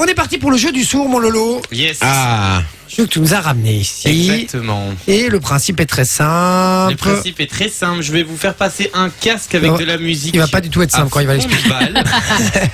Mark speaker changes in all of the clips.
Speaker 1: On est parti pour le jeu du sourd, mon Lolo.
Speaker 2: Yes.
Speaker 3: Ah,
Speaker 1: Jeu que tu nous as ramené ici.
Speaker 2: Exactement.
Speaker 1: Et le principe est très simple.
Speaker 2: Le principe est très simple. Je vais vous faire passer un casque avec
Speaker 1: Non,
Speaker 2: de la musique.
Speaker 1: Il va pas du tout être
Speaker 2: à
Speaker 1: simple quand il va
Speaker 2: fond de
Speaker 1: l'expliquer.
Speaker 2: balle.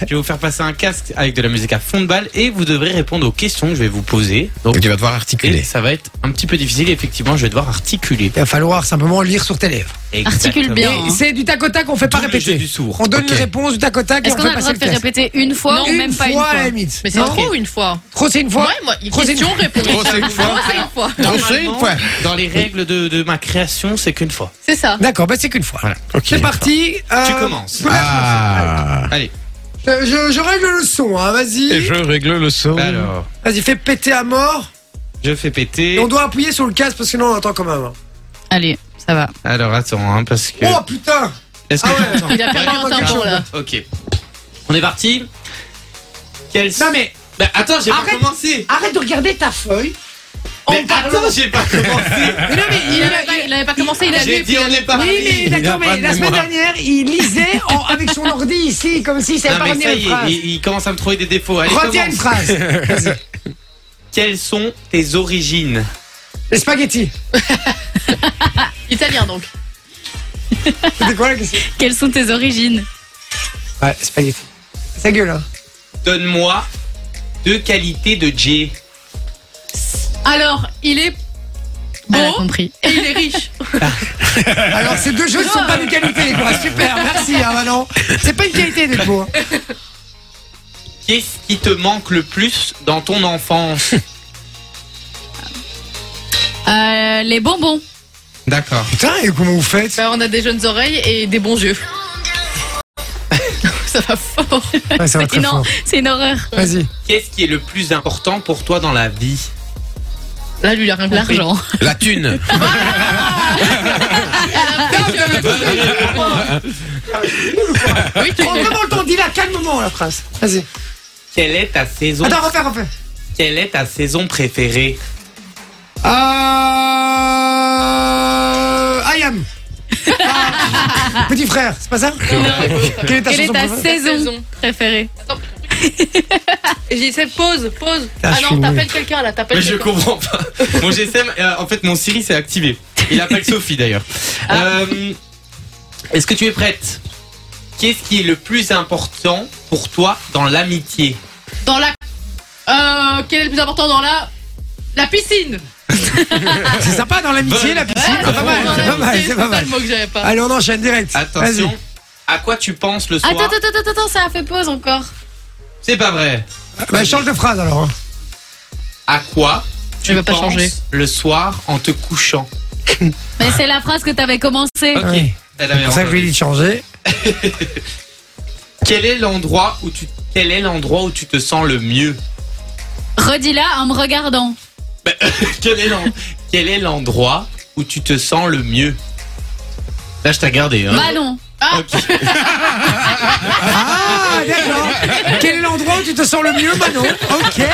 Speaker 2: je vais vous faire passer un casque avec de la musique à fond de balle et vous devrez répondre aux questions que je vais vous poser. Donc,
Speaker 3: donc tu vas devoir
Speaker 2: et
Speaker 3: articuler.
Speaker 2: ça va être un petit peu difficile. Effectivement, je vais devoir articuler.
Speaker 1: Il va falloir simplement lire sur tes lèvres.
Speaker 2: Exactement.
Speaker 1: Et
Speaker 4: bien. Hein.
Speaker 1: c'est du tac au tac, on fait pas
Speaker 2: D'où le jeu
Speaker 1: répéter.
Speaker 2: du sourd.
Speaker 1: On donne
Speaker 3: Ok.
Speaker 1: une réponse du tac au tac et
Speaker 4: Est-ce
Speaker 1: on
Speaker 4: qu'on a
Speaker 1: fait
Speaker 4: le
Speaker 1: passer
Speaker 4: droit
Speaker 1: le
Speaker 4: de faire
Speaker 1: test.
Speaker 4: répéter une fois
Speaker 1: Non,
Speaker 4: ou même
Speaker 1: une
Speaker 4: pas une
Speaker 1: fois,
Speaker 4: fois
Speaker 1: à la limite.
Speaker 4: Mais c'est
Speaker 1: Non.
Speaker 4: trop une fois.
Speaker 1: Trop c'est une fois
Speaker 4: Ouais, moi, il
Speaker 1: Trop, c'est une
Speaker 4: question
Speaker 1: fois.
Speaker 4: réponse.
Speaker 3: Trop, c'est une fois.
Speaker 4: Trop, c'est une fois.
Speaker 3: Non, c'est une fois.
Speaker 2: Dans les règles de, de ma création, c'est qu'une fois.
Speaker 4: C'est ça.
Speaker 1: D'accord, bah c'est qu'une fois.
Speaker 2: Voilà.
Speaker 1: C'est parti. euh,
Speaker 2: commences.
Speaker 1: je peux la commencer.
Speaker 3: Ah,
Speaker 2: Allez.
Speaker 1: Euh, je, je règle le son, hein, vas-y.
Speaker 3: et je règle le son.
Speaker 2: Alors,
Speaker 1: Vas-y, fais péter à mort.
Speaker 2: je fais péter.
Speaker 1: Et on doit appuyer sur le casque parce que sinon on entend quand même. hein.
Speaker 4: Allez, ça va.
Speaker 2: Alors attends, hein, parce que.
Speaker 1: Oh putain
Speaker 2: Est-ce que
Speaker 1: Ah ouais.
Speaker 2: Attends.
Speaker 4: Il a perdu
Speaker 1: Ouais,
Speaker 4: un
Speaker 1: moi, quelque
Speaker 4: tampon
Speaker 1: chose.
Speaker 4: là.
Speaker 2: Ok. On est parti. Quel.
Speaker 1: Non mais
Speaker 2: Bah, attends, j'ai pas
Speaker 1: Arrête. Oh,
Speaker 2: commencé.
Speaker 1: arrête de regarder ta feuille.
Speaker 2: Mais
Speaker 1: En parlant-
Speaker 2: attends, j'ai pas commencé.
Speaker 1: Mais non mais il
Speaker 4: Il
Speaker 1: a-
Speaker 4: avait pas, il avait pas commencé, il a
Speaker 2: J'ai
Speaker 4: vu.
Speaker 2: dit on est parti.
Speaker 1: Oui, mais
Speaker 3: Il
Speaker 1: d'accord,
Speaker 3: a pas
Speaker 1: mais
Speaker 3: de
Speaker 1: la semaine
Speaker 3: mémoire.
Speaker 1: dernière, il lisait en- avec son ordi ici, comme s'il savait
Speaker 2: Non,
Speaker 1: pas
Speaker 2: mais
Speaker 1: retenir
Speaker 2: ça
Speaker 1: une
Speaker 2: y est,
Speaker 1: phrase.
Speaker 2: il, il commence à me trouver des défauts. Allez,
Speaker 1: Retiens une
Speaker 2: commence.
Speaker 1: phrase.
Speaker 2: Quelles sont tes origines
Speaker 1: Les spaghettis.
Speaker 4: Italien donc.
Speaker 1: C'était quoi la question
Speaker 4: Quelles sont tes origines
Speaker 1: Ouais, spaghettis. Sa gueule, hein.
Speaker 2: Donne-moi deux qualités de Jay.
Speaker 5: Alors, il est
Speaker 4: On a
Speaker 5: beau
Speaker 4: compris.
Speaker 5: et il est riche.
Speaker 1: Alors, ces deux jeux ne sont pas de qualité, quoi. Super, merci, hein, Manon. C'est pas une qualité, du coup. hein.
Speaker 2: Qu'est-ce qui te manque le plus dans ton enfance
Speaker 5: Euh, les bonbons.
Speaker 2: D'accord.
Speaker 1: Putain, et comment vous faites
Speaker 4: Bah,
Speaker 5: on a des jeunes oreilles et des bons yeux. ça va fort.
Speaker 1: Ouais, ça va très
Speaker 5: non,
Speaker 1: fort.
Speaker 5: c'est une horreur.
Speaker 1: Vas-y.
Speaker 2: Qu'est-ce qui est le plus important pour toi dans la vie
Speaker 5: Là, lui, il a rien compris.
Speaker 4: L'argent.
Speaker 3: La thune.
Speaker 5: Oui, tu
Speaker 1: Prends vraiment le temps, dis-la calmement, la phrase. Vas-y.
Speaker 2: Quelle est ta saison
Speaker 1: Attends, refais, refais.
Speaker 2: Quelle est ta saison préférée
Speaker 1: Euh... Ayam. Ah, Petit frère, c'est pas ça Quelle est ta
Speaker 5: Quelle est
Speaker 1: chanson
Speaker 5: ta
Speaker 1: préférée
Speaker 5: saison Saison.
Speaker 4: préféré.
Speaker 5: Et j'ai dit, c'est pause, pause.
Speaker 1: Ah,
Speaker 5: Ah
Speaker 1: je suis
Speaker 5: non, t'appelles quelqu'un là, t'appelles
Speaker 2: Mais je
Speaker 5: quelqu'un.
Speaker 2: comprends pas. Mon GSM, euh, en fait, mon Siri s'est activé. Il appelle Sophie d'ailleurs.
Speaker 5: Ah.
Speaker 2: Euh, Est-ce que tu es prête Qu'est-ce qui est le plus important pour toi dans l'amitié
Speaker 5: Dans la. Euh, quel est le plus important dans la. La piscine
Speaker 1: Ah, C'est sympa dans l'amitié, la piscine.
Speaker 5: Ouais,
Speaker 1: c'est pas mal,
Speaker 5: dans la
Speaker 1: c'est pas mal,
Speaker 5: piscine,
Speaker 1: c'est pas
Speaker 5: ça
Speaker 1: mal.
Speaker 5: le mot que j'avais pas.
Speaker 1: Allez, on enchaîne direct.
Speaker 2: Attention, à quoi tu penses le soir
Speaker 5: Attends, attends, attends, attends, ça a fait pause encore.
Speaker 2: C'est pas vrai.
Speaker 1: Vas-y. Bah, change de phrase alors. hein.
Speaker 2: À quoi
Speaker 5: Je
Speaker 2: tu
Speaker 5: vais pas
Speaker 2: penses
Speaker 5: changer.
Speaker 2: le soir en te couchant
Speaker 4: Mais c'est la phrase que t'avais commencé.
Speaker 2: Ok.
Speaker 1: Ouais.
Speaker 2: Elle
Speaker 1: C'est
Speaker 2: avait
Speaker 1: pour ça que je lui ai dit de changer.
Speaker 2: Quel est l'endroit où tu quel est l'endroit où tu te sens le mieux
Speaker 4: Redis-la en me regardant.
Speaker 2: Quel est l'en- quel est l'endroit où tu te sens le mieux Là, je t'ai regardé. Hein.
Speaker 4: Ballon.
Speaker 2: Ok.
Speaker 1: Ah, d'accord. Quel est l'endroit où tu te sens le mieux, Manon Ok,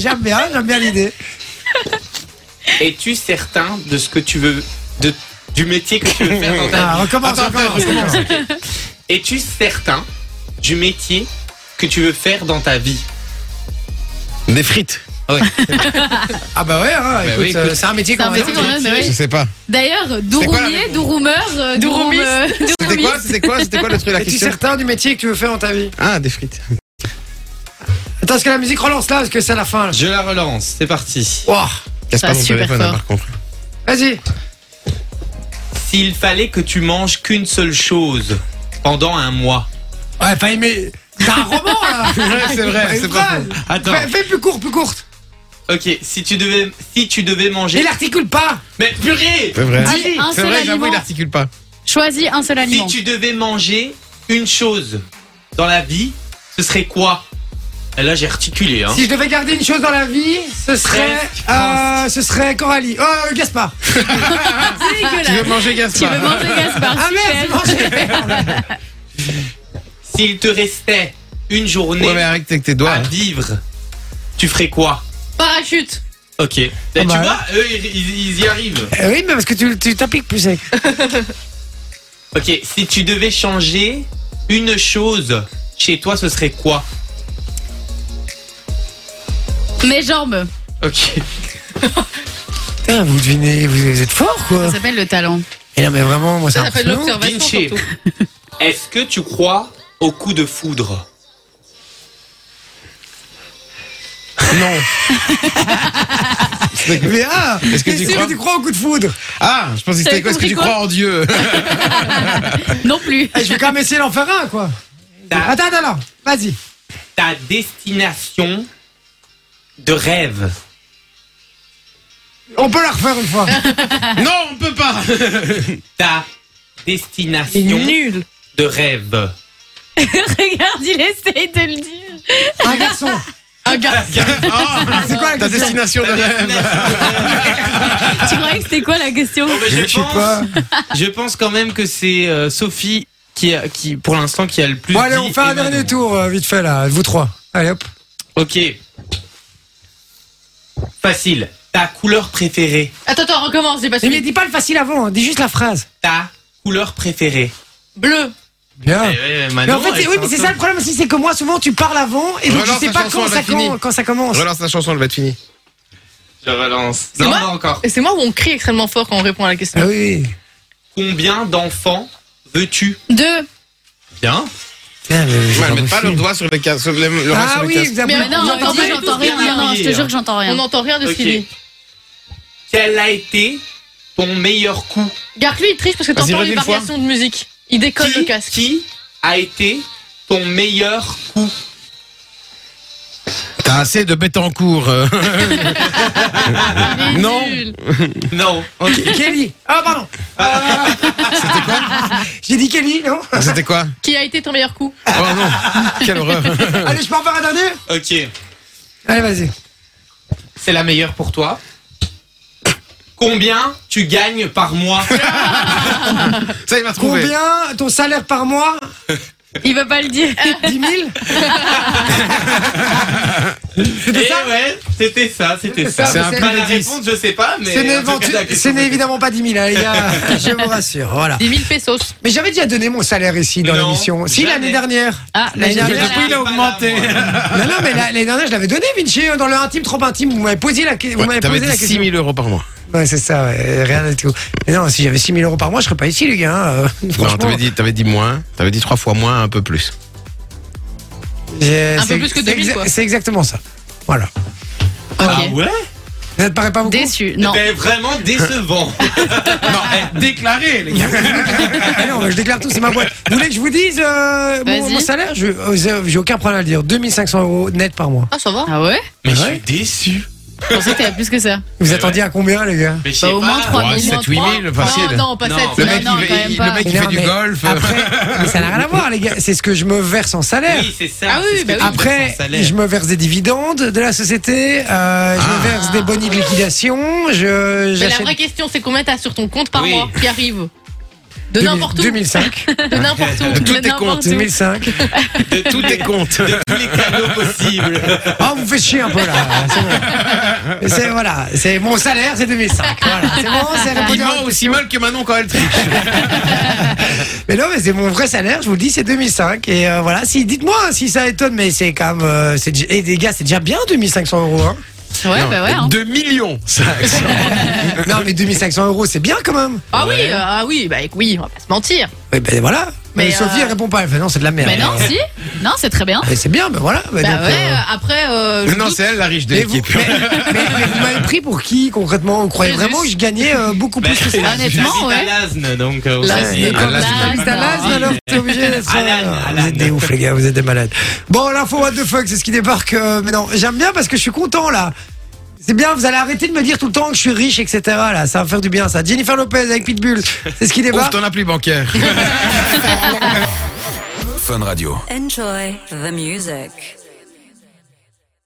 Speaker 1: j'aime bien, j'aime bien l'idée.
Speaker 2: Es-tu certain de ce que tu veux, de, du métier que tu veux faire dans ta
Speaker 1: Ah,
Speaker 2: vie
Speaker 1: recommence,
Speaker 2: Attends, attends,
Speaker 1: recommence, recommence.
Speaker 2: Es-tu certain du métier que tu veux faire dans ta vie
Speaker 3: Des frites.
Speaker 1: Ah, bah ouais, hein, écoute,
Speaker 2: oui,
Speaker 1: euh,
Speaker 2: écoute.
Speaker 1: c'est un métier
Speaker 4: C'est un
Speaker 1: qu'on
Speaker 4: métier qu'on aime, mais
Speaker 3: Je
Speaker 4: oui.
Speaker 3: sais pas.
Speaker 4: D'ailleurs,
Speaker 3: quoi la
Speaker 4: douroumier,
Speaker 3: réponse
Speaker 4: douroumeur, euh, douroum,
Speaker 5: Douroumis.
Speaker 4: euh,
Speaker 3: C'était
Speaker 4: douroumis.
Speaker 3: quoi C'était quoi C'était quoi le truc la
Speaker 1: Es-tu
Speaker 3: question
Speaker 1: certain du métier que tu veux faire dans ta vie
Speaker 3: Ah, des frites.
Speaker 1: Attends, est-ce que la musique relance là Est-ce que c'est la fin là
Speaker 2: Je la relance, c'est parti.
Speaker 1: Ouah.
Speaker 3: Casse
Speaker 4: Ça
Speaker 3: pas
Speaker 4: va
Speaker 3: mon
Speaker 4: super
Speaker 3: téléphone hein,
Speaker 4: fort.
Speaker 3: par contre.
Speaker 1: Vas-y.
Speaker 2: S'il fallait que tu manges qu'une seule chose pendant un mois.
Speaker 1: Ouais, pas aimé. T'as un roman là
Speaker 3: c'est
Speaker 1: Bah,
Speaker 3: vrai,
Speaker 1: une
Speaker 3: c'est pas
Speaker 1: phrase.
Speaker 3: faux.
Speaker 2: Attends.
Speaker 1: Fais- Fais plus court, plus courte.
Speaker 2: Ok, si tu devais, si tu devais
Speaker 1: Et
Speaker 2: manger.
Speaker 1: l'articule pas.
Speaker 2: Mais purée
Speaker 3: C'est vrai.
Speaker 1: Dis-
Speaker 4: Un
Speaker 3: C'est
Speaker 4: seul
Speaker 3: vrai, j'avoue, il
Speaker 4: aliment.
Speaker 3: articule pas.
Speaker 4: Choisis un seul
Speaker 2: Si
Speaker 4: aliment.
Speaker 2: tu devais manger une chose dans la vie, ce serait quoi Et Là, j'ai articulé. Hein.
Speaker 1: Si je devais garder une chose dans la vie, ce serait,
Speaker 2: Presque,
Speaker 1: euh, ce serait Coralie. Oh, Gaspard.
Speaker 3: Tu veux
Speaker 4: Dégueulasse.
Speaker 3: manger
Speaker 4: Tu veux
Speaker 3: Gaspard
Speaker 4: manger Gaspard hein
Speaker 1: Ah merde,
Speaker 4: super.
Speaker 1: c'est mangé.
Speaker 2: S'il te restait une journée
Speaker 3: Ouais, mais arrête avec tes doigts.
Speaker 2: à
Speaker 3: hein.
Speaker 2: vivre, tu ferais quoi
Speaker 5: Parachute
Speaker 2: Ok. Eh, tu
Speaker 1: bah.
Speaker 2: vois, eux, ils, ils- ils y arrivent.
Speaker 1: Eh Oui, mais parce que tu tu t'appliques plus eh. sec.
Speaker 2: Ok, si tu devais changer une chose chez toi, ce serait quoi
Speaker 4: Mes jambes.
Speaker 2: Ok.
Speaker 1: Putain, vous devinez, vous, vous êtes fort quoi.
Speaker 5: Ça s'appelle le talent.
Speaker 1: Et non, mais vraiment, moi,
Speaker 5: Ça
Speaker 1: ça.
Speaker 5: s'appelle
Speaker 1: impressionnant.
Speaker 5: l'observation
Speaker 2: Vinci.
Speaker 5: surtout.
Speaker 2: Est-ce que tu crois au coup de foudre
Speaker 3: Non.
Speaker 1: Mais ah,
Speaker 3: Est-ce que
Speaker 1: mais
Speaker 3: tu
Speaker 1: si,
Speaker 3: crois
Speaker 1: mais tu crois au coup de foudre
Speaker 3: Ah, je pense que
Speaker 4: T'avais
Speaker 3: c'était quoi Est-ce que
Speaker 4: compris
Speaker 3: tu
Speaker 4: quoi
Speaker 3: crois en Dieu
Speaker 4: Non plus.
Speaker 5: Ah,
Speaker 1: Eh, Je vais quand même essayer d'en faire un quoi.
Speaker 2: Ta,
Speaker 1: Attends, attends, attends, vas-y.
Speaker 2: ta destination de rêve.
Speaker 1: On peut la refaire une fois.
Speaker 3: Non, on peut pas
Speaker 2: Ta destination
Speaker 5: Nul.
Speaker 2: de rêve.
Speaker 4: Regarde, il essaye de le dire.
Speaker 1: Un garçon.
Speaker 5: Un gars.
Speaker 3: Ah,
Speaker 1: C'est quoi la
Speaker 3: Ta
Speaker 1: question
Speaker 3: destination de rêve
Speaker 4: Tu croyais que c'était quoi la question
Speaker 2: Oh, mais
Speaker 1: Je
Speaker 2: je,
Speaker 1: sais
Speaker 2: pense,
Speaker 1: pas.
Speaker 2: je pense quand même que c'est euh, Sophie qui, a- qui, pour l'instant, qui a le plus.
Speaker 1: Bon, allez,
Speaker 2: dit
Speaker 1: on fait un
Speaker 2: et Manon.
Speaker 1: dernier tour, euh, vite fait là, vous trois. Allez hop.
Speaker 2: Ok. Facile. Ta couleur préférée.
Speaker 5: Attends, attends, recommence, j'ai pas suivi.
Speaker 1: Eh, dis pas le facile avant, hein, dis juste la phrase.
Speaker 2: Ta couleur préférée.
Speaker 5: Bleu.
Speaker 1: Bien.
Speaker 2: Eh ouais,
Speaker 1: Mais
Speaker 2: Manon,
Speaker 1: en fait, c'est-
Speaker 2: elle
Speaker 1: oui,
Speaker 2: s'en
Speaker 1: mais c'est
Speaker 2: sort.
Speaker 1: ça le problème aussi, c'est que moi, souvent, tu parles avant et donc je
Speaker 3: Relance
Speaker 1: sais
Speaker 3: la
Speaker 1: pas
Speaker 3: chanson,
Speaker 1: quand
Speaker 3: elle
Speaker 1: ça,
Speaker 3: va finir.
Speaker 1: com- quand ça commence.
Speaker 3: Relance la chanson, elle va être finie.
Speaker 2: Je relance.
Speaker 5: C'est
Speaker 2: Non,
Speaker 5: moi
Speaker 2: non, encore.
Speaker 5: Et c'est moi où on crie extrêmement fort quand on répond à la question.
Speaker 1: Ah oui.
Speaker 2: Combien d'enfants veux-tu
Speaker 4: Deux.
Speaker 2: Bien.
Speaker 1: Putain, mais j'ai
Speaker 3: Ouais, Elles
Speaker 1: pas
Speaker 3: mettent pas
Speaker 1: bossé.
Speaker 3: leur doigt sur les casques. sur les- leur main
Speaker 1: Ah
Speaker 3: sur les
Speaker 1: oui,
Speaker 3: casques.
Speaker 1: vous avez-
Speaker 5: Mais
Speaker 4: Mais non,
Speaker 5: vous entendez
Speaker 4: dis,
Speaker 5: tous
Speaker 4: j'entends
Speaker 5: bien
Speaker 4: rien. Non, non, je te
Speaker 2: crier,
Speaker 4: jure
Speaker 2: hein.
Speaker 4: que j'entends
Speaker 5: On
Speaker 4: rien.
Speaker 5: n'entend rien de ce
Speaker 2: Ok.
Speaker 5: qu'il dit.
Speaker 2: Quel a été ton meilleur coup
Speaker 5: Garde-lui, il triche parce que
Speaker 3: Vas-y,
Speaker 5: t'entends
Speaker 3: redis
Speaker 5: les
Speaker 3: une fois.
Speaker 5: variations de musique. Il décolle le
Speaker 2: qui,
Speaker 5: casque.
Speaker 2: qui a été ton meilleur coup
Speaker 3: T'as assez de bêtes en cours. euh. non.
Speaker 2: Non.
Speaker 1: Ok, Kelly. Ah, pardon. C'était quoi J'ai dit Kelly, non
Speaker 3: C'était quoi
Speaker 5: Qui a été ton meilleur coup
Speaker 3: Oh non, quelle horreur.
Speaker 1: Allez, je peux en faire un dernier
Speaker 2: Ok.
Speaker 1: Allez, vas-y.
Speaker 2: C'est la meilleure pour toi. Combien tu gagnes par mois
Speaker 3: Ça, il m'a trouvé.
Speaker 1: Combien ton salaire par mois
Speaker 4: Il veut pas le dire.
Speaker 1: 10 000
Speaker 2: Eh
Speaker 1: C'était ça
Speaker 2: ouais, c'était ça, c'était
Speaker 1: C'est
Speaker 2: ça.
Speaker 1: un
Speaker 2: peu
Speaker 1: peu
Speaker 2: la
Speaker 1: de dix.
Speaker 2: réponse, je sais pas, mais.
Speaker 1: Ce n'est
Speaker 2: en tout cas,
Speaker 1: éventu-
Speaker 2: la question
Speaker 1: ce n'est
Speaker 2: était-
Speaker 1: évidemment pas 10 000, hein, les gars. Je vous rassure. Voilà.
Speaker 5: 10 000 pesos.
Speaker 1: Mais j'avais déjà donné mon salaire ici dans
Speaker 2: Non,
Speaker 1: l'émission. Si,
Speaker 2: jamais.
Speaker 1: l'année dernière.
Speaker 4: Ah,
Speaker 1: L'année
Speaker 4: j'ai-
Speaker 1: dernière.
Speaker 2: Voilà.
Speaker 1: Oui, il a augmenté. Non, non, mais la- l'année dernière, je l'avais donné, Vinci, euh, dans le intime, trop intime. Vous m'avez posé la, que- vous
Speaker 3: Ouais,
Speaker 1: m'avez
Speaker 3: T'avais
Speaker 1: posé la
Speaker 3: dit 6
Speaker 1: question.
Speaker 3: 000 euros par mois.
Speaker 1: Ouais, c'est ça, ouais, rien du tout. Mais non, si j'avais 6 000 euros par mois, je serais pas ici, les gars. hein, euh,
Speaker 3: Non,
Speaker 1: franchement,
Speaker 3: t'avais dit, t'avais dit moins. T'avais dit trois fois moins, un peu plus.
Speaker 1: j'ai-
Speaker 5: Un peu
Speaker 1: c'est-
Speaker 5: plus que
Speaker 1: c'est
Speaker 5: 2 000,
Speaker 1: exa-
Speaker 5: quoi.
Speaker 1: C'est exactement ça. Voilà.
Speaker 2: Ah
Speaker 5: Ok.
Speaker 2: ouais
Speaker 1: Ça te paraît pas beaucoup
Speaker 4: Déçu. Non.
Speaker 2: Mais vraiment décevant.
Speaker 3: Non,
Speaker 2: eh,
Speaker 3: déclaré, les gars.
Speaker 1: Ah non, je déclare tout, c'est ma boîte. Vous voulez que je vous dise euh, mon,
Speaker 4: Vas-y.
Speaker 1: mon salaire Je- euh, J'ai j'ai aucun problème à le dire. 2500 euros net par mois.
Speaker 5: Ah, ça va.
Speaker 4: Ah ouais
Speaker 2: Mais je
Speaker 1: Ouais.
Speaker 2: suis déçu.
Speaker 4: Je pensais que t'avais plus que ça.
Speaker 1: Vous
Speaker 2: Ouais,
Speaker 1: attendiez à combien, les gars
Speaker 2: Mais je sais
Speaker 4: Bah, au moins
Speaker 2: pas.
Speaker 4: 3
Speaker 3: Ouais,
Speaker 4: 000.
Speaker 3: 7 000, facile.
Speaker 5: Non, non, pas
Speaker 2: Non,
Speaker 5: 7
Speaker 2: le
Speaker 5: non,
Speaker 4: mec,
Speaker 5: non,
Speaker 4: il
Speaker 5: quand
Speaker 4: va-
Speaker 5: même
Speaker 4: il-
Speaker 5: pas.
Speaker 4: le mec-
Speaker 1: Mais non, mais Après, mais ça n'a rien à voir, les gars. C'est ce que je me verse en salaire.
Speaker 2: Oui, c'est ça.
Speaker 5: Ah oui,
Speaker 2: c'est ce que
Speaker 5: bah
Speaker 2: tu me
Speaker 5: oui.
Speaker 2: verses en
Speaker 1: Après,
Speaker 2: salaire.
Speaker 1: je me verse des dividendes de la société, euh, je
Speaker 3: Ah.
Speaker 1: me verse des bonnies de liquidation, je
Speaker 5: Mais la
Speaker 1: j'achète
Speaker 5: vraie question, c'est combien t'as sur ton compte par
Speaker 2: Oui.
Speaker 5: mois qui arrive De
Speaker 1: 2000-
Speaker 5: n'importe où.
Speaker 1: 2005,
Speaker 5: De n'importe où.
Speaker 3: Tout
Speaker 4: Mais
Speaker 3: est compte.
Speaker 4: n'importe où.
Speaker 1: 2005.
Speaker 2: de tous
Speaker 3: Tout
Speaker 2: les,
Speaker 3: est compte.
Speaker 1: Bah,
Speaker 2: de tous les canaux possibles.
Speaker 1: Ah, vous me faites chier un peu là. C'est bon. C'est voilà, c'est mon salaire, c'est 2005. Voilà, c'est bon, c'est
Speaker 3: Il
Speaker 1: répondu.
Speaker 3: ment aussi mal que Manon quand elle triche.
Speaker 1: Mais non, mais c'est mon vrai salaire, je vous le dis, c'est 2005. Et euh, voilà, si dites-moi hein, si ça étonne, mais c'est quand même, euh, c'est déjà- et les gars, c'est déjà bien 2500 euros. Hein.
Speaker 4: Ouais,
Speaker 3: Non,
Speaker 4: bah ouais. hein.
Speaker 3: 2 millions. ça.
Speaker 1: Non, mais 2500 euros, c'est bien quand même.
Speaker 5: Ah oui, euh, ah oui, bah éc- oui, on va pas se mentir.
Speaker 1: Oui, ben voilà. Mais,
Speaker 5: Mais,
Speaker 1: Sophie,
Speaker 5: euh,
Speaker 1: elle répond pas, elle fait non, c'est de la merde.
Speaker 4: Mais non, si. Non, c'est très bien. Ah
Speaker 1: Mais c'est bien, mais voilà. mais
Speaker 5: Bah
Speaker 1: donc,
Speaker 5: ouais,
Speaker 1: euh,
Speaker 5: euh, après, euh, je
Speaker 3: Non,
Speaker 5: doute-
Speaker 3: c'est elle la riche de
Speaker 1: Mais vous,
Speaker 3: l'équipe.
Speaker 1: mais- mais- mais vous m'avez pris pour qui concrètement Vous croyez
Speaker 5: Jésus.
Speaker 1: vraiment que je gagnais euh, beaucoup
Speaker 2: Bah,
Speaker 1: plus que ça
Speaker 4: Honnêtement,
Speaker 2: j'habite à
Speaker 4: ouais.
Speaker 2: Lasne, donc. euh,
Speaker 4: Lasne,
Speaker 2: aussi.
Speaker 1: Mais
Speaker 4: le
Speaker 1: quand
Speaker 4: Alan,
Speaker 1: tu habites à
Speaker 4: Alan.
Speaker 1: Lasne, alors t'es obligé d'être. euh,
Speaker 2: Alan,
Speaker 1: Vous êtes des
Speaker 2: Alan.
Speaker 1: ouf, les gars, vous êtes des malades. Bon, l'info what the fuck, c'est ce qui débarque. euh, mais non, j'aime bien parce que je suis content là. C'est bien, vous allez arrêter de me dire tout le temps que je suis riche, etc. Là, ça va me faire du bien ça. Jennifer Lopez avec Pitbull, c'est ce qui
Speaker 3: Ouvre
Speaker 1: débarque.
Speaker 3: ton appli bancaire.
Speaker 6: Enjoy the music.